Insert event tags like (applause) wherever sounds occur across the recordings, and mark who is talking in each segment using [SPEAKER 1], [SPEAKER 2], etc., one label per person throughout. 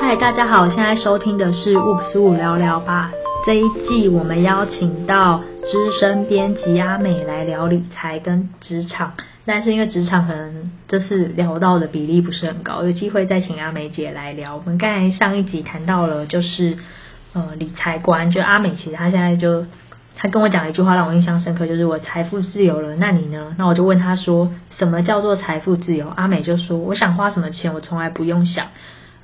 [SPEAKER 1] 嗨，大家好，现在收听的是《五十五聊聊吧》这一季，我们邀请到资深编辑阿美来聊理财跟职场，但是因为职场可能这次聊到的比例不是很高，有机会再请阿美姐来聊。我们刚才上一集谈到了就是呃理财观，就阿美其实她现在就她跟我讲了一句话让我印象深刻，就是我财富自由了，那你呢？那我就问她说什么叫做财富自由？阿美就说我想花什么钱，我从来不用想。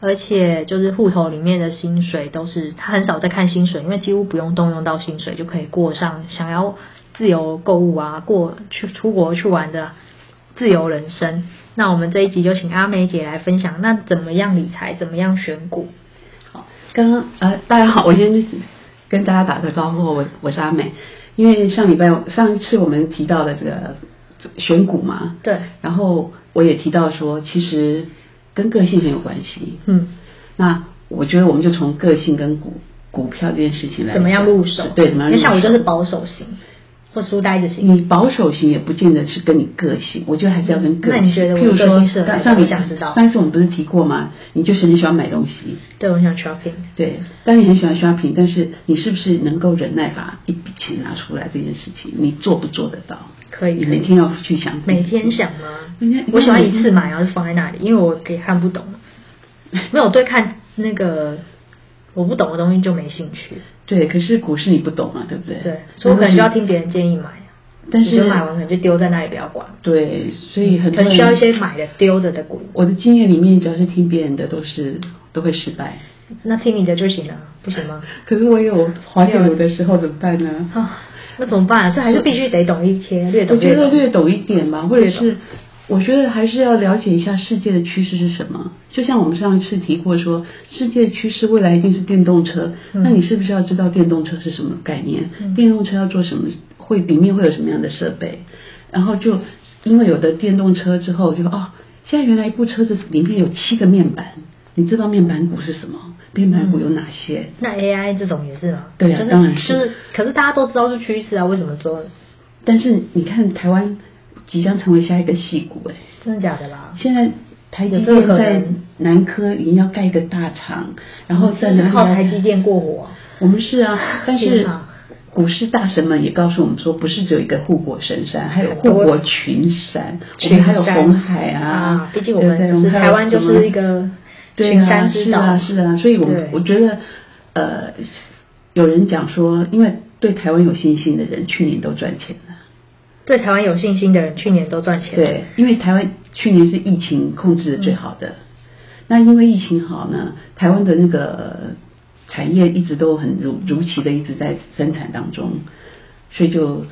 [SPEAKER 1] 而且就是户头里面的薪水都是他很少在看薪水，因为几乎不用动用到薪水就可以过上想要自由购物啊，过去出国去玩的自由人生。那我们这一集就请阿美姐来分享，那怎么样理财，怎么样选股？
[SPEAKER 2] 好，刚刚呃，大家好，我先跟大家打个招呼，我我是阿美。因为上礼拜上一次我们提到的这个选股嘛，
[SPEAKER 1] 对，
[SPEAKER 2] 然后我也提到说，其实跟个性很有关系。
[SPEAKER 1] 嗯，
[SPEAKER 2] 那我觉得我们就从个性跟股股票这件事情来
[SPEAKER 1] 怎么样入手？
[SPEAKER 2] 对，怎么样
[SPEAKER 1] 因为
[SPEAKER 2] 入手？嗯
[SPEAKER 1] 像我就是保守型或书呆子型。
[SPEAKER 2] 你保守型也不见得是跟你个性，我觉得还是要跟个性。
[SPEAKER 1] 嗯那你觉得我
[SPEAKER 2] 譬如
[SPEAKER 1] 个性适
[SPEAKER 2] 说，
[SPEAKER 1] 合哪个
[SPEAKER 2] 刚上
[SPEAKER 1] 我
[SPEAKER 2] 礼
[SPEAKER 1] 想知道
[SPEAKER 2] 上一次我们不是提过吗？你就是很喜欢买东西，
[SPEAKER 1] 对，我想 shopping。
[SPEAKER 2] 对，当你很喜欢 shopping，但是你是不是能够忍耐把一笔钱拿出来这件事情，你做不做得到？
[SPEAKER 1] 可以
[SPEAKER 2] 你每天要去想，
[SPEAKER 1] 每天想吗
[SPEAKER 2] 应该？
[SPEAKER 1] 我喜欢一次买，然后就放在那里，因为我给看不懂。没有我对看那个我不懂的东西就没兴趣，
[SPEAKER 2] 对，可是股市你不懂啊，对不对？
[SPEAKER 1] 对，所以我可能就要听别人建议买。啊
[SPEAKER 2] 但是
[SPEAKER 1] 你就买完可能就丢在那里不要管，
[SPEAKER 2] 对，所以嗯很
[SPEAKER 1] 可
[SPEAKER 2] 多
[SPEAKER 1] 能
[SPEAKER 2] 人
[SPEAKER 1] 需要一些买的丢的的股。
[SPEAKER 2] 我的经验里面，只要是听别人的，都是都会失败。
[SPEAKER 1] 那听你的就行了，不行
[SPEAKER 2] (laughs)
[SPEAKER 1] 吗？
[SPEAKER 2] 可是我有滑铁卢的时候怎么办 (laughs) 呢？
[SPEAKER 1] 啊，那怎么办、啊？所以还是必须得懂一些，略
[SPEAKER 2] 我
[SPEAKER 1] 懂略
[SPEAKER 2] 觉得
[SPEAKER 1] 懂。嗯
[SPEAKER 2] 略懂一点吧，或者
[SPEAKER 1] 略懂
[SPEAKER 2] 是我觉得还是要了解一下世界的趋势是什么。就像我们上一次提过说，世界的趋势未来一定是电动车，
[SPEAKER 1] 嗯
[SPEAKER 2] 那你是不是要知道电动车是什么概念？
[SPEAKER 1] 嗯
[SPEAKER 2] 电动车要做什么？会里面会有什么样的设备？然后就因为有的电动车之后就哦，现在原来一部车子里面有七个面板，你知道面板股是什么？面板股
[SPEAKER 1] 嗯
[SPEAKER 2] 有哪些？
[SPEAKER 1] 那 AI 这种也是吗？
[SPEAKER 2] 对啊
[SPEAKER 1] 就是
[SPEAKER 2] 当然是
[SPEAKER 1] 就是，可是大家都知道是趋势啊，为什么做？
[SPEAKER 2] 但是你看台湾即将成为下一个戏股、哎。
[SPEAKER 1] 真的假的啦？
[SPEAKER 2] 现在台积
[SPEAKER 1] 有这
[SPEAKER 2] 电
[SPEAKER 1] 个可
[SPEAKER 2] 在
[SPEAKER 1] 能
[SPEAKER 2] 南科已经要盖一个大厂，然后在
[SPEAKER 1] 是
[SPEAKER 2] 哪里
[SPEAKER 1] 靠
[SPEAKER 2] 要
[SPEAKER 1] 台积电过火啊、
[SPEAKER 2] 我们
[SPEAKER 1] (laughs)
[SPEAKER 2] 是啊，但
[SPEAKER 1] 天
[SPEAKER 2] 是
[SPEAKER 1] 哪
[SPEAKER 2] 股市大神们也告诉我们说，不是只有一个护国神山，还有护国群山，我
[SPEAKER 1] 群
[SPEAKER 2] 们
[SPEAKER 1] 山
[SPEAKER 2] 还有红海啊
[SPEAKER 1] 啊。毕竟我们
[SPEAKER 2] 对
[SPEAKER 1] 就
[SPEAKER 2] 不对
[SPEAKER 1] 是
[SPEAKER 2] 我们还有
[SPEAKER 1] 台湾就是一个
[SPEAKER 2] 对
[SPEAKER 1] 群山
[SPEAKER 2] 啊，
[SPEAKER 1] 之
[SPEAKER 2] 是
[SPEAKER 1] 岛
[SPEAKER 2] 啊，是啊，所以我
[SPEAKER 1] 对
[SPEAKER 2] 我觉得呃，有人讲说，因为对台湾有信心的人，去年都赚钱了。
[SPEAKER 1] 对台湾有信心的人，去年都赚钱。，啊
[SPEAKER 2] 对，因为台湾去年是疫情控制的最好的，那因为疫情好呢，台湾的那个呃产业一直都很如如期的一直在生产当中，所以就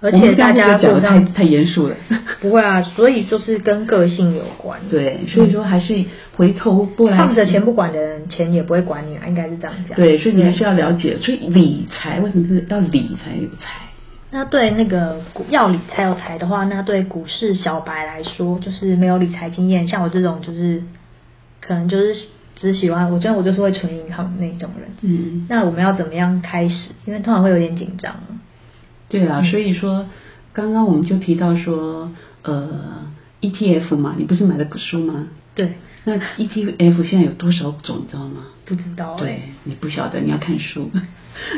[SPEAKER 1] 而
[SPEAKER 2] 我
[SPEAKER 1] 且
[SPEAKER 2] 们
[SPEAKER 1] 大
[SPEAKER 2] 这
[SPEAKER 1] 家
[SPEAKER 2] 样会不
[SPEAKER 1] 过
[SPEAKER 2] 会讲得
[SPEAKER 1] 上
[SPEAKER 2] 太太严肃
[SPEAKER 1] (laughs)
[SPEAKER 2] 了。
[SPEAKER 1] 不会啊，所以就是跟个性有关。，
[SPEAKER 2] 对，所以说还是回头过来
[SPEAKER 1] 放着钱不管的人，钱也不会管你啊，应该是这样讲。
[SPEAKER 2] 对，所以你还是要了解，所以理财为什么是要理财理财？
[SPEAKER 1] 那对那个股要理财有财的话，那对股市小白来说，就是没有理财经验，像我这种就是可能就是只喜欢，我觉得我就是会存银行那种人。
[SPEAKER 2] 嗯，
[SPEAKER 1] 那我们要怎么样开始？因为通常会有点紧张。
[SPEAKER 2] 对啊，
[SPEAKER 1] 嗯
[SPEAKER 2] 所以说刚刚我们就提到说，呃，ETF 嘛，你不是买了个书吗？
[SPEAKER 1] 对，
[SPEAKER 2] 那 ETF 现在有多少种，你知道吗？
[SPEAKER 1] 不知道欸。
[SPEAKER 2] 对你不晓得，你要看书。
[SPEAKER 1] (laughs)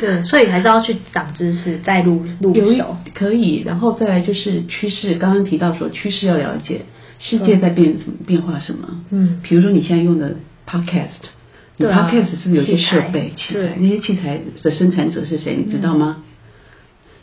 [SPEAKER 1] 对，所以还是要去长知识，再入入
[SPEAKER 2] 有一
[SPEAKER 1] 手。哦
[SPEAKER 2] 可以，然后再来就是趋势，刚刚提到说趋势要了解，世界在变什么、变化什么。
[SPEAKER 1] 嗯
[SPEAKER 2] 比如说你现在用的 Podcast，你
[SPEAKER 1] 对啊
[SPEAKER 2] Podcast 是不是有一些
[SPEAKER 1] 器
[SPEAKER 2] 设
[SPEAKER 1] 材
[SPEAKER 2] 备器材
[SPEAKER 1] 对？嗯
[SPEAKER 2] 那些器材的生产者是谁，你知道吗？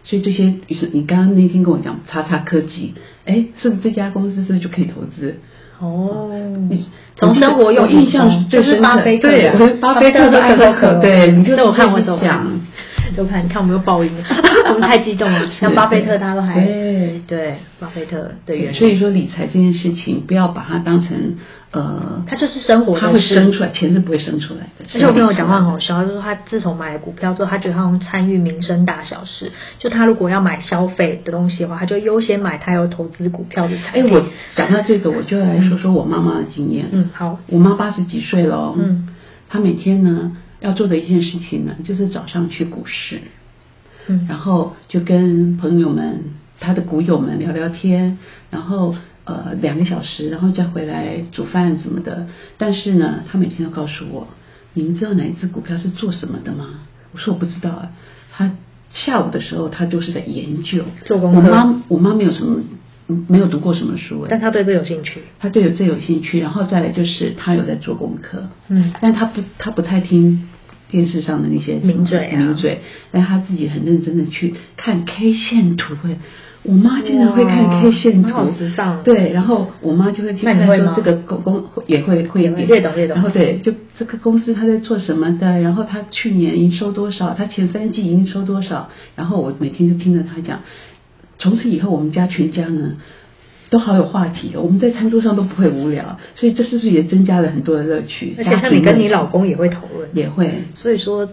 [SPEAKER 2] 所以这些，于是你刚刚那天跟我讲叉叉科技，哎，是不是这家公司是不是就可以投资？
[SPEAKER 1] 哦
[SPEAKER 2] 你
[SPEAKER 1] 从生活用
[SPEAKER 2] 我印象最
[SPEAKER 1] 就是
[SPEAKER 2] 深刻
[SPEAKER 1] 巴菲特啊，
[SPEAKER 2] 对我觉得巴菲特是爱喝可对你就
[SPEAKER 1] 这我看我
[SPEAKER 2] 这
[SPEAKER 1] 都
[SPEAKER 2] 么想
[SPEAKER 1] (laughs) 都看，你看我们又爆
[SPEAKER 2] (laughs)
[SPEAKER 1] 音了，我们太激动了。像巴菲特，大家都还
[SPEAKER 2] 对
[SPEAKER 1] 对巴菲特的原理，
[SPEAKER 2] 所以说理财这件事情，不要把它当成呃，
[SPEAKER 1] 它就是生活的事
[SPEAKER 2] 它会生出来，钱是不会生出来的。
[SPEAKER 1] 而且我朋友讲话很好笑，他说他自从买了股票之后，他觉得他能参与民生大小事。就他如果要买消费的东西的话，他就优先买他有投资股票的产
[SPEAKER 2] 哎，
[SPEAKER 1] 品。
[SPEAKER 2] 我讲到这个，我就来说说我妈妈的经验。
[SPEAKER 1] 嗯好
[SPEAKER 2] 我妈八十几岁了，
[SPEAKER 1] 嗯，
[SPEAKER 2] 她每天呢要做的一件事情呢，就是早上去股市，
[SPEAKER 1] 嗯
[SPEAKER 2] 然后就跟朋友们、她的股友们聊聊天，然后呃两个小时，然后再回来煮饭什么的。但是呢，他每天都告诉我，你们知道哪一只股票是做什么的吗？我说我不知道啊。他下午的时候，他就是在研究
[SPEAKER 1] 做功课
[SPEAKER 2] 我妈，我妈没有什么，嗯没有读过什么书、
[SPEAKER 1] 但
[SPEAKER 2] 哎，
[SPEAKER 1] 他对这有兴趣。
[SPEAKER 2] 她对有这有兴趣。然后再来就是她有在做功课，
[SPEAKER 1] 嗯
[SPEAKER 2] 但他不，他不太听电视上的那些什么
[SPEAKER 1] 名嘴啊
[SPEAKER 2] 名嘴，但他自己很认真的去看 K 线图、哎，我妈竟然会看
[SPEAKER 1] 哇
[SPEAKER 2] K 线图，
[SPEAKER 1] 好时尚
[SPEAKER 2] 对，然后我妈就会去
[SPEAKER 1] 那你
[SPEAKER 2] 看
[SPEAKER 1] 会
[SPEAKER 2] 说
[SPEAKER 1] 吗
[SPEAKER 2] 这个公公也会会一
[SPEAKER 1] 也会
[SPEAKER 2] 点，
[SPEAKER 1] 略懂略懂
[SPEAKER 2] 然后对，就这个公司他在做什么的，然后他去年营收多少，他前三季营收多少，然后我每天就听着他讲，从此以后我们家全家呢。都好有话题哦，我们在餐桌上都不会无聊，所以这是不是也增加了很多的乐趣？
[SPEAKER 1] 而且
[SPEAKER 2] 家
[SPEAKER 1] 像
[SPEAKER 2] 庭
[SPEAKER 1] 你跟
[SPEAKER 2] 乐
[SPEAKER 1] 你
[SPEAKER 2] 趣
[SPEAKER 1] 老公也会讨论，
[SPEAKER 2] 也会，
[SPEAKER 1] 所以说，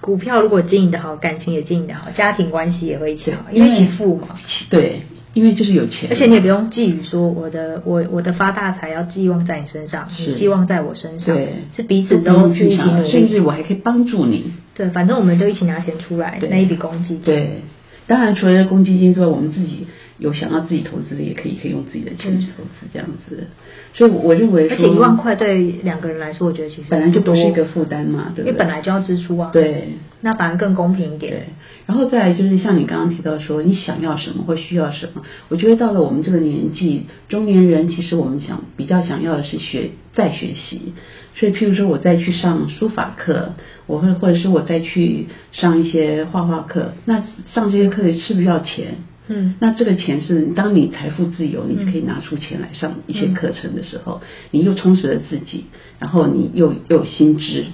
[SPEAKER 1] 股票如果经营的好，感情也经营的好，家庭关系也会一起好，因为一起富嘛。
[SPEAKER 2] 对，因为就是有钱，
[SPEAKER 1] 而且你也不用寄予说我的我我的发大财要寄望在你身上，
[SPEAKER 2] 是
[SPEAKER 1] 你寄望在我身上
[SPEAKER 2] 对，
[SPEAKER 1] 是彼此都
[SPEAKER 2] 不用
[SPEAKER 1] 一
[SPEAKER 2] 去
[SPEAKER 1] 起努
[SPEAKER 2] 想，甚至
[SPEAKER 1] 力。
[SPEAKER 2] 我还可以帮助你。
[SPEAKER 1] 对，反正我们就一起拿钱出来
[SPEAKER 2] 对
[SPEAKER 1] 那一笔公积金。
[SPEAKER 2] 对，当然除了公积金之外，我们自己有想要自己投资的，也可以可以用自己的钱去投资这样子。所以我我认为说，
[SPEAKER 1] 而且一万块对两个人来说，我觉得其实
[SPEAKER 2] 本来就不
[SPEAKER 1] 多
[SPEAKER 2] 是一个负担嘛，
[SPEAKER 1] 因
[SPEAKER 2] 对
[SPEAKER 1] 为
[SPEAKER 2] 不对？
[SPEAKER 1] 本来就要支出啊。，
[SPEAKER 2] 对。
[SPEAKER 1] 那反而更公平一点。
[SPEAKER 2] 对，然后再来就是像你刚刚提到说，你想要什么或需要什么，我觉得到了我们这个年纪，中年人其实我们想比较想要的是学再学习，所以譬如说我再去上书法课，我会或者是我再去上一些画画课，那上这些课是不是要钱？
[SPEAKER 1] 嗯，
[SPEAKER 2] 那这个钱是当你财富自由，你可以拿出钱来上一些课程的时候，你又充实了自己，然后你又又有薪资，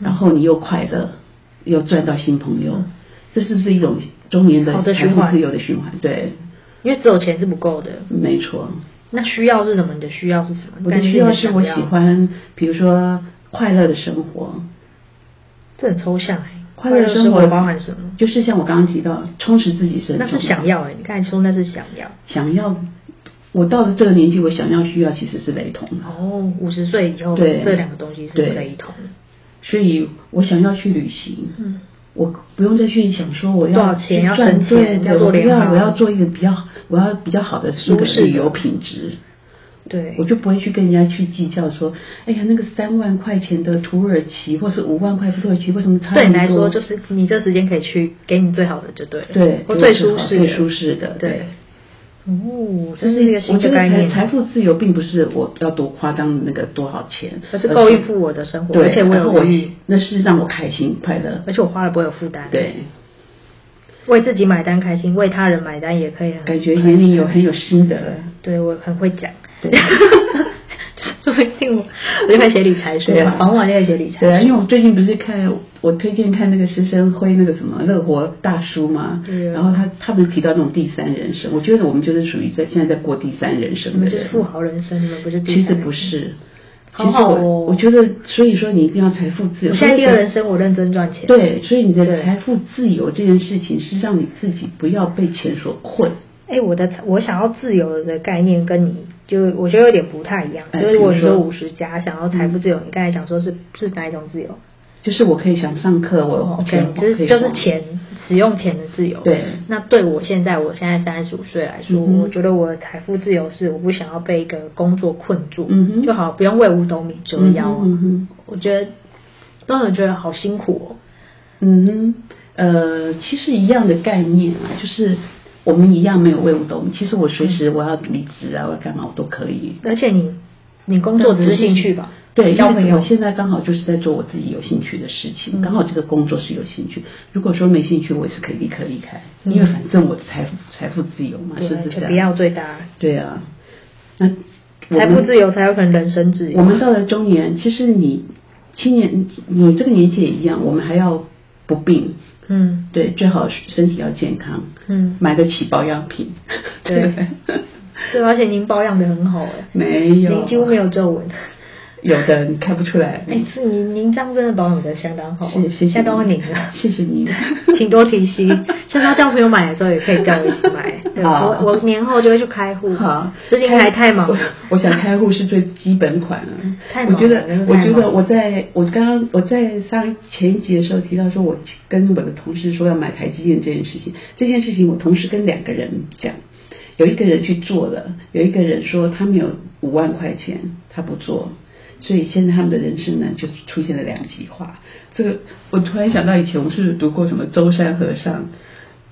[SPEAKER 2] 然后你又快乐，又赚到新朋友，这是不是一种中年的
[SPEAKER 1] 好的
[SPEAKER 2] 财
[SPEAKER 1] 循
[SPEAKER 2] 富
[SPEAKER 1] 环
[SPEAKER 2] 自由的循环？对，
[SPEAKER 1] 因为只有钱是不够的。
[SPEAKER 2] 没错。
[SPEAKER 1] 那需要是什么？你的需要是什么？
[SPEAKER 2] 我的
[SPEAKER 1] 感觉
[SPEAKER 2] 需
[SPEAKER 1] 你
[SPEAKER 2] 要是
[SPEAKER 1] 想
[SPEAKER 2] 我喜欢，比如说快乐的生活，
[SPEAKER 1] 这很抽象哎、
[SPEAKER 2] 快乐的生活
[SPEAKER 1] 包含什么？
[SPEAKER 2] 就是像我刚刚提到，充实自己是很
[SPEAKER 1] 那是
[SPEAKER 2] 重要
[SPEAKER 1] 想要哎、你刚才说那是想要。
[SPEAKER 2] 想要。我到了这个年纪，我想要需要其实是雷同的。
[SPEAKER 1] 哦，五十岁以后，
[SPEAKER 2] 对
[SPEAKER 1] 这两个东西是不雷同的。
[SPEAKER 2] 所以我想要去旅行，
[SPEAKER 1] 嗯，
[SPEAKER 2] 我不用再去想说我要
[SPEAKER 1] 多少钱
[SPEAKER 2] 去
[SPEAKER 1] 要
[SPEAKER 2] 赚
[SPEAKER 1] 省钱
[SPEAKER 2] 对
[SPEAKER 1] 要
[SPEAKER 2] 对
[SPEAKER 1] 做
[SPEAKER 2] 我
[SPEAKER 1] 联
[SPEAKER 2] 要
[SPEAKER 1] 航
[SPEAKER 2] 我要做一个比较我要比较好的那个
[SPEAKER 1] 舒适的
[SPEAKER 2] 旅游品质，
[SPEAKER 1] 对
[SPEAKER 2] 我。就不会去跟人家去计较说，哎呀那个三万块钱的土耳其或是五万块土耳其为什么差
[SPEAKER 1] 对
[SPEAKER 2] 那
[SPEAKER 1] 你
[SPEAKER 2] 么
[SPEAKER 1] 来
[SPEAKER 2] 多
[SPEAKER 1] 说，？就是你这时间可以去给你最好的就对了，
[SPEAKER 2] 对，
[SPEAKER 1] 我
[SPEAKER 2] 对
[SPEAKER 1] 最
[SPEAKER 2] 是
[SPEAKER 1] 舒
[SPEAKER 2] 好
[SPEAKER 1] 适的，
[SPEAKER 2] 最舒适的，
[SPEAKER 1] 对。哦，这
[SPEAKER 2] 就是
[SPEAKER 1] 一个新
[SPEAKER 2] 我觉
[SPEAKER 1] 的
[SPEAKER 2] 得
[SPEAKER 1] 概
[SPEAKER 2] 财
[SPEAKER 1] 念，啊
[SPEAKER 2] 财富自由并不是我要多夸张的那个多少钱，
[SPEAKER 1] 而是够应付我的生活，
[SPEAKER 2] 对，
[SPEAKER 1] 而且我
[SPEAKER 2] 然后
[SPEAKER 1] 有
[SPEAKER 2] 我
[SPEAKER 1] 余裕，
[SPEAKER 2] 那是让我开心快乐，
[SPEAKER 1] 而且我花了不会有负担，，
[SPEAKER 2] 对。
[SPEAKER 1] 为自己买单开心，为他人买单也可以很，
[SPEAKER 2] 感觉眼里有很有心得了。
[SPEAKER 1] 对我很会讲，
[SPEAKER 2] 对
[SPEAKER 1] (laughs) 说不定我我就可以写理财书
[SPEAKER 2] 对
[SPEAKER 1] 嘛
[SPEAKER 2] 啊，
[SPEAKER 1] 往往就可以写理财书
[SPEAKER 2] 对啊，因为我最近不是看我推荐看那个施生辉那个什么乐活大叔嘛，
[SPEAKER 1] 对啊
[SPEAKER 2] 然后他他不是提到那种第三人生，我觉得我们就是属于在现在在过第三人生
[SPEAKER 1] 你
[SPEAKER 2] 的
[SPEAKER 1] 们就是
[SPEAKER 2] 人，
[SPEAKER 1] 富豪人生，你们不是第
[SPEAKER 2] 其
[SPEAKER 1] 三
[SPEAKER 2] 实
[SPEAKER 1] 人
[SPEAKER 2] 不是，其
[SPEAKER 1] 好
[SPEAKER 2] 实
[SPEAKER 1] 好
[SPEAKER 2] 我、
[SPEAKER 1] 哦
[SPEAKER 2] 我觉得，所以说你一定要财富自由。
[SPEAKER 1] 我现在第二人
[SPEAKER 2] 生
[SPEAKER 1] 生，我认真赚钱，，
[SPEAKER 2] 对，所以你的
[SPEAKER 1] 对
[SPEAKER 2] 财富自由这件事情是让你自己不要被钱所困。
[SPEAKER 1] 哎，我的我想要自由的概念跟你就我觉得有点不太一样，
[SPEAKER 2] 哎
[SPEAKER 1] 就是我
[SPEAKER 2] 比如
[SPEAKER 1] 说
[SPEAKER 2] 说嗯
[SPEAKER 1] 五十加想要财富自由，你刚才讲说是是哪一种自由？
[SPEAKER 2] 就是我可以想上课，我有钱
[SPEAKER 1] ，OK，
[SPEAKER 2] 我
[SPEAKER 1] 哦就
[SPEAKER 2] 可
[SPEAKER 1] 是
[SPEAKER 2] 以
[SPEAKER 1] 就是
[SPEAKER 2] 花
[SPEAKER 1] 钱使用钱的自由。
[SPEAKER 2] 对
[SPEAKER 1] 那对我现在我现在三十五岁来说，
[SPEAKER 2] 嗯哼
[SPEAKER 1] 我觉得我的财富自由是我不想要被一个工作困住，
[SPEAKER 2] 嗯哼
[SPEAKER 1] 就好不用为五斗米折腰啊。
[SPEAKER 2] 嗯哼嗯哼
[SPEAKER 1] 我觉得当然觉得好辛苦哦
[SPEAKER 2] 嗯哼，呃，其实一样的概念啊，就是我们一样没有为五斗米。其实我随时我要离职啊，我要干嘛我都可以
[SPEAKER 1] 哦，。而且你你工作只是兴趣吧？
[SPEAKER 2] 对，
[SPEAKER 1] 交
[SPEAKER 2] 因
[SPEAKER 1] 朋
[SPEAKER 2] 为
[SPEAKER 1] 友
[SPEAKER 2] 我现在刚好就是在做我自己有兴趣的事情，
[SPEAKER 1] 嗯
[SPEAKER 2] 刚好这个工作是有兴趣。如果说没兴趣，我也是可以立刻离开，
[SPEAKER 1] 嗯
[SPEAKER 2] 因为反正我财富财富自由嘛，
[SPEAKER 1] 对
[SPEAKER 2] 是不是这
[SPEAKER 1] 就
[SPEAKER 2] 样？
[SPEAKER 1] 不要最大
[SPEAKER 2] 对啊，那我
[SPEAKER 1] 财
[SPEAKER 2] 们
[SPEAKER 1] 富自由才有可能人生自由。
[SPEAKER 2] 我们到了中年，其实你青年你这个年纪也一样，我们还要不病，
[SPEAKER 1] 嗯
[SPEAKER 2] 对，最好身体要健康。
[SPEAKER 1] 嗯，
[SPEAKER 2] 买得起保养品， (laughs)
[SPEAKER 1] 对对，而且您保养的很好哎，
[SPEAKER 2] 没有，啊
[SPEAKER 1] 您几乎没有皱纹。
[SPEAKER 2] 有的你看不出来，
[SPEAKER 1] (laughs) 哎，是您您这样真的保养的相当好啊，
[SPEAKER 2] 是谢谢
[SPEAKER 1] 现在都是
[SPEAKER 2] 你
[SPEAKER 1] 您了。
[SPEAKER 2] 谢谢
[SPEAKER 1] (laughs)
[SPEAKER 2] 你，
[SPEAKER 1] 请多提息，
[SPEAKER 2] (laughs)
[SPEAKER 1] 下次要叫朋友买的时候也可以叫我一起买。对，
[SPEAKER 2] 好
[SPEAKER 1] 我我年后就会去开户。
[SPEAKER 2] 好，
[SPEAKER 1] 最近还太忙
[SPEAKER 2] 我
[SPEAKER 1] 了。
[SPEAKER 2] 我想开户是最基本款了。
[SPEAKER 1] 太忙了
[SPEAKER 2] 我觉得
[SPEAKER 1] 真的，
[SPEAKER 2] 我
[SPEAKER 1] 太
[SPEAKER 2] 觉
[SPEAKER 1] 忙
[SPEAKER 2] 得
[SPEAKER 1] 了
[SPEAKER 2] 我在我刚刚我在上前一集的时候提到说，我跟我的同事说要买台积电这件事情，这件事情我同时跟两个人讲，有一个人去做了，有一个人说他没有五万块钱，他不做。所以现在他们的人生呢，就出现了两极化。这个我突然想到，以前我们是不是读过什么舟山和尚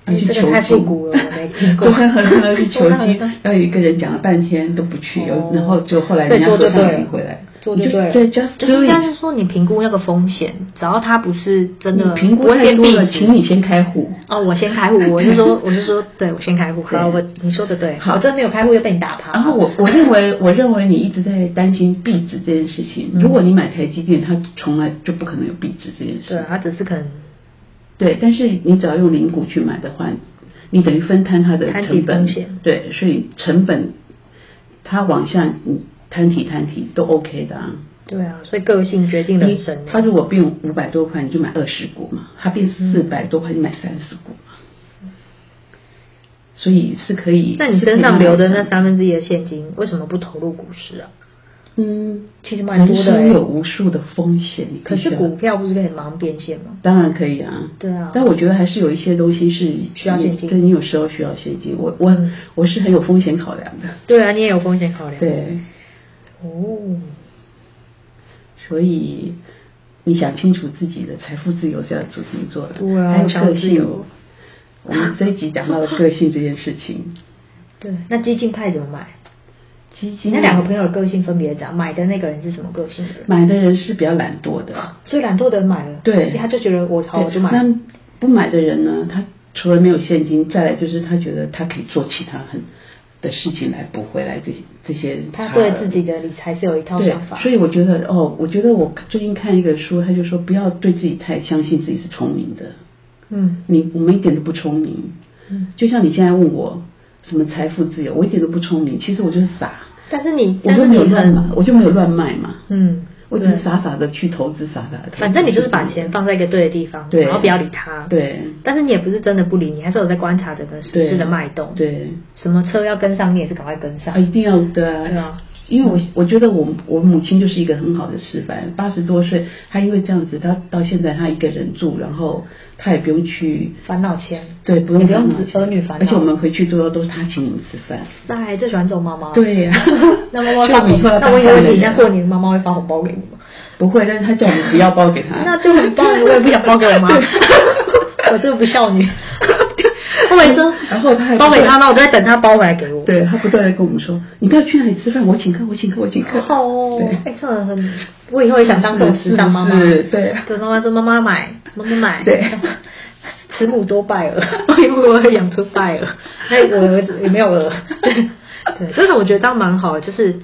[SPEAKER 2] 要去
[SPEAKER 1] 嗯这
[SPEAKER 2] 求
[SPEAKER 1] 个太复
[SPEAKER 2] 经？
[SPEAKER 1] 古了，我没听
[SPEAKER 2] (laughs)
[SPEAKER 1] 过。
[SPEAKER 2] 舟山和尚要
[SPEAKER 1] (laughs)
[SPEAKER 2] 去求
[SPEAKER 1] 舟山和
[SPEAKER 2] 经
[SPEAKER 1] 尚，
[SPEAKER 2] 然后有一个人讲了半天都不去，有、
[SPEAKER 1] 哦
[SPEAKER 2] 然后就后来人家和尚请回来，
[SPEAKER 1] 做
[SPEAKER 2] 你
[SPEAKER 1] 就
[SPEAKER 2] 就
[SPEAKER 1] 对了，
[SPEAKER 2] 对，just
[SPEAKER 1] 就
[SPEAKER 2] do
[SPEAKER 1] 是应该
[SPEAKER 2] it。
[SPEAKER 1] 是说你评估那个风险，只要它不是真的
[SPEAKER 2] 你评估
[SPEAKER 1] 不会
[SPEAKER 2] 太
[SPEAKER 1] 变
[SPEAKER 2] 多
[SPEAKER 1] 壁
[SPEAKER 2] 了，
[SPEAKER 1] 纸
[SPEAKER 2] 请你先开户。
[SPEAKER 1] 哦，我先
[SPEAKER 2] (laughs)
[SPEAKER 1] 开户，我是说，我是说，对我先开户。好，我你说的对，
[SPEAKER 2] 好
[SPEAKER 1] 我真没有开户又被你打趴。
[SPEAKER 2] 然后我我认为我认为你一直在担心币值这件事情。
[SPEAKER 1] 嗯
[SPEAKER 2] 如果你买台积电，它从来就不可能有币值这件事。
[SPEAKER 1] 对啊，他只是可能
[SPEAKER 2] 对，但是你只要用零股去买的话，你等于分摊它的
[SPEAKER 1] 摊
[SPEAKER 2] 成
[SPEAKER 1] 提
[SPEAKER 2] 本
[SPEAKER 1] 风险，
[SPEAKER 2] 对，所以成本它往下你摊提摊提都 OK 的啊。
[SPEAKER 1] 对啊，所以个性决定人生。
[SPEAKER 2] 它如果变五百多块，你就买二十股嘛；它变四百多块，你买三十股嘛。所以是可以。
[SPEAKER 1] 那你
[SPEAKER 2] 是可以
[SPEAKER 1] 身上
[SPEAKER 2] 慢慢
[SPEAKER 1] 留的那
[SPEAKER 2] 算
[SPEAKER 1] 三分之一的现金，为什么不投入股市啊？
[SPEAKER 2] 嗯，
[SPEAKER 1] 其实蛮多的
[SPEAKER 2] 人
[SPEAKER 1] 欸
[SPEAKER 2] 生有无数的风险，你必
[SPEAKER 1] 可是
[SPEAKER 2] 须要
[SPEAKER 1] 股票不是可以马上变现吗？
[SPEAKER 2] 当然可以啊。
[SPEAKER 1] 对啊
[SPEAKER 2] 但我觉得还是有一些东西是
[SPEAKER 1] 需要现金
[SPEAKER 2] 对你有时候需要现金。我我
[SPEAKER 1] 嗯
[SPEAKER 2] 我是很有风险考量的，
[SPEAKER 1] 对啊，你也有风险考量。，
[SPEAKER 2] 对，
[SPEAKER 1] 哦，
[SPEAKER 2] 所以你想清楚自己的财富自由是要怎么做的，
[SPEAKER 1] 对啊
[SPEAKER 2] 还有
[SPEAKER 1] 想要
[SPEAKER 2] 个
[SPEAKER 1] 自
[SPEAKER 2] 性
[SPEAKER 1] 由。
[SPEAKER 2] 我们这一集讲到了个性这件事
[SPEAKER 1] (laughs)
[SPEAKER 2] 情，
[SPEAKER 1] 对，那激进派怎么买？
[SPEAKER 2] 基金
[SPEAKER 1] 你那两个朋友的个性分别怎样？买的那个人是什么个性的人？
[SPEAKER 2] 买的人是比较懒惰的，
[SPEAKER 1] 所以懒惰的人买了，
[SPEAKER 2] 对
[SPEAKER 1] 他就觉得我好，
[SPEAKER 2] 对
[SPEAKER 1] 我就买。
[SPEAKER 2] 那不买的人呢，他除了没有现金，再来就是他觉得他可以做其他很的事情来补回来这些这些差额。
[SPEAKER 1] 他对自己的理财是有一套
[SPEAKER 2] 对
[SPEAKER 1] 想，法。
[SPEAKER 2] 所以我觉得哦，我觉得我最近看一个书，他就说不要对自己太相信自己是聪明的，
[SPEAKER 1] 嗯
[SPEAKER 2] 你我们一点都不聪明。
[SPEAKER 1] 嗯，
[SPEAKER 2] 就像你现在问我什么财富自由，我一点都不聪明，其实我就是傻，
[SPEAKER 1] 但是你，
[SPEAKER 2] 我
[SPEAKER 1] 但
[SPEAKER 2] 就是
[SPEAKER 1] 你
[SPEAKER 2] 没有乱买
[SPEAKER 1] 很，，
[SPEAKER 2] 我就没有乱卖嘛，
[SPEAKER 1] 嗯，
[SPEAKER 2] 我只是
[SPEAKER 1] 对
[SPEAKER 2] 傻傻的去投资，傻傻的。
[SPEAKER 1] 反正你就是把钱放在一个对的地方，
[SPEAKER 2] 对
[SPEAKER 1] 然后不要理它。，
[SPEAKER 2] 对
[SPEAKER 1] 但是你也不是真的不理，你还是有在观察整个
[SPEAKER 2] 对
[SPEAKER 1] 时事的脉动。，
[SPEAKER 2] 对
[SPEAKER 1] 什么车要跟上，你也是赶快跟上
[SPEAKER 2] 啊，。一定要的。
[SPEAKER 1] 对啊，
[SPEAKER 2] 因为我我觉得我我母亲就是一个很好的示范，八十多岁，她因为这样子，她到现在她一个人住，然后她也不用去，
[SPEAKER 1] 烦恼钱，
[SPEAKER 2] 对，不
[SPEAKER 1] 你
[SPEAKER 2] 用
[SPEAKER 1] 不用
[SPEAKER 2] 烦恼
[SPEAKER 1] 子哎儿女烦恼
[SPEAKER 2] 而且我们回去之后都是她请我们吃饭，
[SPEAKER 1] 在最喜欢这种妈妈。
[SPEAKER 2] 对呀
[SPEAKER 1] 哦那
[SPEAKER 2] (laughs)
[SPEAKER 1] 妈妈
[SPEAKER 2] 就
[SPEAKER 1] 发
[SPEAKER 2] 你
[SPEAKER 1] 红，
[SPEAKER 2] 会要
[SPEAKER 1] 那我有个
[SPEAKER 2] 当
[SPEAKER 1] 问
[SPEAKER 2] 大
[SPEAKER 1] 题，
[SPEAKER 2] 人
[SPEAKER 1] 那过年妈妈会发红包给你吗？
[SPEAKER 2] (laughs) 不会，但是她叫我们不要包给她，
[SPEAKER 1] 那就很棒，我也不想包给
[SPEAKER 2] (laughs)
[SPEAKER 1] 我妈，我这个不孝女。我每次都
[SPEAKER 2] 然后她还
[SPEAKER 1] 包给她，那我都在等她包回来给我。
[SPEAKER 2] 对她不断的跟我们说，你不要去那里吃饭，我请客，我请客，我请客，
[SPEAKER 1] 好哦
[SPEAKER 2] 对，
[SPEAKER 1] 哎，这种很，我以后也想当这种时尚妈妈。
[SPEAKER 2] 是对
[SPEAKER 1] 对，妈妈说妈妈买，妈妈买。
[SPEAKER 2] 对，
[SPEAKER 1] (laughs) 慈母多败
[SPEAKER 2] (laughs)
[SPEAKER 1] 儿，因为我会养出败儿，那我儿子也没有
[SPEAKER 2] (laughs)
[SPEAKER 1] 儿。对，对，就是我觉得这样蛮好的，就是。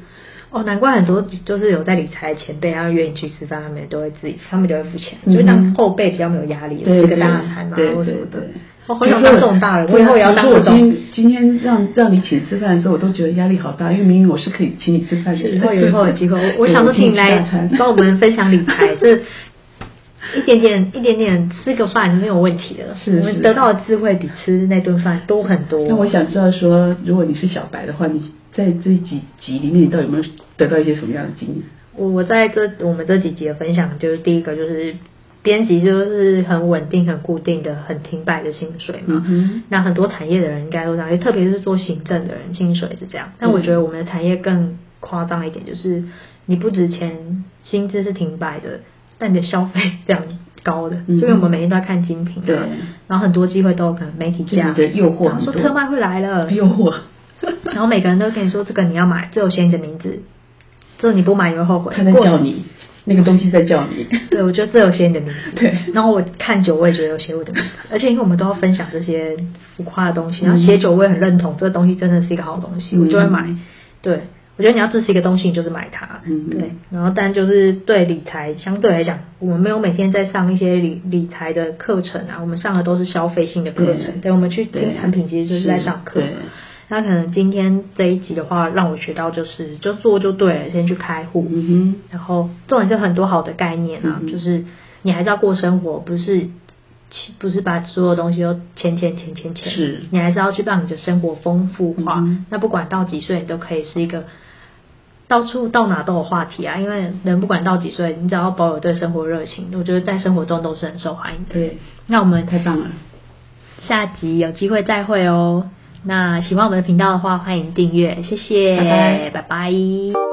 [SPEAKER 1] 哦，难怪很多就是有在理财的前辈，然后约你去吃饭，他们都会自己，他们就会付钱，
[SPEAKER 2] 嗯
[SPEAKER 1] 就让后辈比较没有压力，
[SPEAKER 2] 对
[SPEAKER 1] 吃个大餐啊
[SPEAKER 2] 对
[SPEAKER 1] 或什
[SPEAKER 2] 对
[SPEAKER 1] 么的
[SPEAKER 2] 对。啊
[SPEAKER 1] 我好想当这种大人，我以后也要当这
[SPEAKER 2] 我今
[SPEAKER 1] 种。
[SPEAKER 2] 天今天让让你请吃饭的时候，我都觉得压力好大，因为明明我是可以请你吃饭的。
[SPEAKER 1] 以后有以后有机会，
[SPEAKER 2] (laughs)
[SPEAKER 1] 我我
[SPEAKER 2] 对
[SPEAKER 1] 想说请你
[SPEAKER 2] 请
[SPEAKER 1] 来
[SPEAKER 2] 大餐
[SPEAKER 1] 帮我们分享理财，这一点点一点点吃个饭没有问题的，
[SPEAKER 2] (laughs) 是是
[SPEAKER 1] 我们得到的智慧比吃那顿饭多很多。
[SPEAKER 2] 那我想知道说，如果你是小白的话，你在这几集里面，你到底有没有得到一些什么样的经验？
[SPEAKER 1] 我我在这我们这几集的分享，就是第一个就是编辑就是很稳定、很固定的、很停摆的薪水嘛。
[SPEAKER 2] 嗯
[SPEAKER 1] 那很多产业的人应该都这样，特别是做行政的人，薪水是这样。但
[SPEAKER 2] 嗯
[SPEAKER 1] 我觉得我们的产业更夸张一点，就是你不值钱，薪资是停摆的，但你的消费是非常高的，
[SPEAKER 2] 嗯
[SPEAKER 1] 就因为我们每天都在看精品
[SPEAKER 2] 对
[SPEAKER 1] 啊，然后很多机会都有可能媒体价，
[SPEAKER 2] 就是你的诱惑
[SPEAKER 1] 然后
[SPEAKER 2] 很
[SPEAKER 1] 说
[SPEAKER 2] 多
[SPEAKER 1] 特卖会来了
[SPEAKER 2] 哼，，诱惑。
[SPEAKER 1] (laughs) 然后每个人都跟你说这个你要买，这有写你的名字，这你不买你会后悔。
[SPEAKER 2] 他在
[SPEAKER 1] 过
[SPEAKER 2] 叫你，那个东西在叫你。
[SPEAKER 1] 对，我觉得这有写你的名字。
[SPEAKER 2] 对
[SPEAKER 1] 然后我看久，我也觉得有写我的名字，而且因为我们都要分享这些浮夸的东西，然后写久我也很认同，这个东西真的是一个好东西，
[SPEAKER 2] 嗯
[SPEAKER 1] (laughs) 我就会买。对，我觉得你要支持一个东西，你就是买它。
[SPEAKER 2] 嗯
[SPEAKER 1] 对。然后，但就是对理财相对来讲，我们没有每天在上一些理理财的课程啊，我们上的都是消费性的课程。
[SPEAKER 2] 对
[SPEAKER 1] 对，我们去听
[SPEAKER 2] 嗯对
[SPEAKER 1] 产品，其实就是在上课
[SPEAKER 2] 是对。
[SPEAKER 1] 那可能今天这一集的话，让我学到就是就做就对了，先去开户。
[SPEAKER 2] 嗯
[SPEAKER 1] 然后重点是很多好的概念啊，
[SPEAKER 2] 嗯哼
[SPEAKER 1] 就是你还是要过生活，不是其不是把所有东西都钱钱钱钱钱，
[SPEAKER 2] 是
[SPEAKER 1] 你还是要去让你的生活丰富化。
[SPEAKER 2] 嗯哼
[SPEAKER 1] 那不管到几岁，你都可以是一个到处到哪都有话题啊，因为人不管到几岁，你只要保有对生活热情，我觉得在生活中都是很受欢迎
[SPEAKER 2] 哼，
[SPEAKER 1] 的。
[SPEAKER 2] 对，
[SPEAKER 1] 那我们
[SPEAKER 2] 太棒了。
[SPEAKER 1] 下集有机会再会哦。那喜欢我们的频道的话，欢迎订阅，谢谢，
[SPEAKER 2] 拜拜
[SPEAKER 1] 拜拜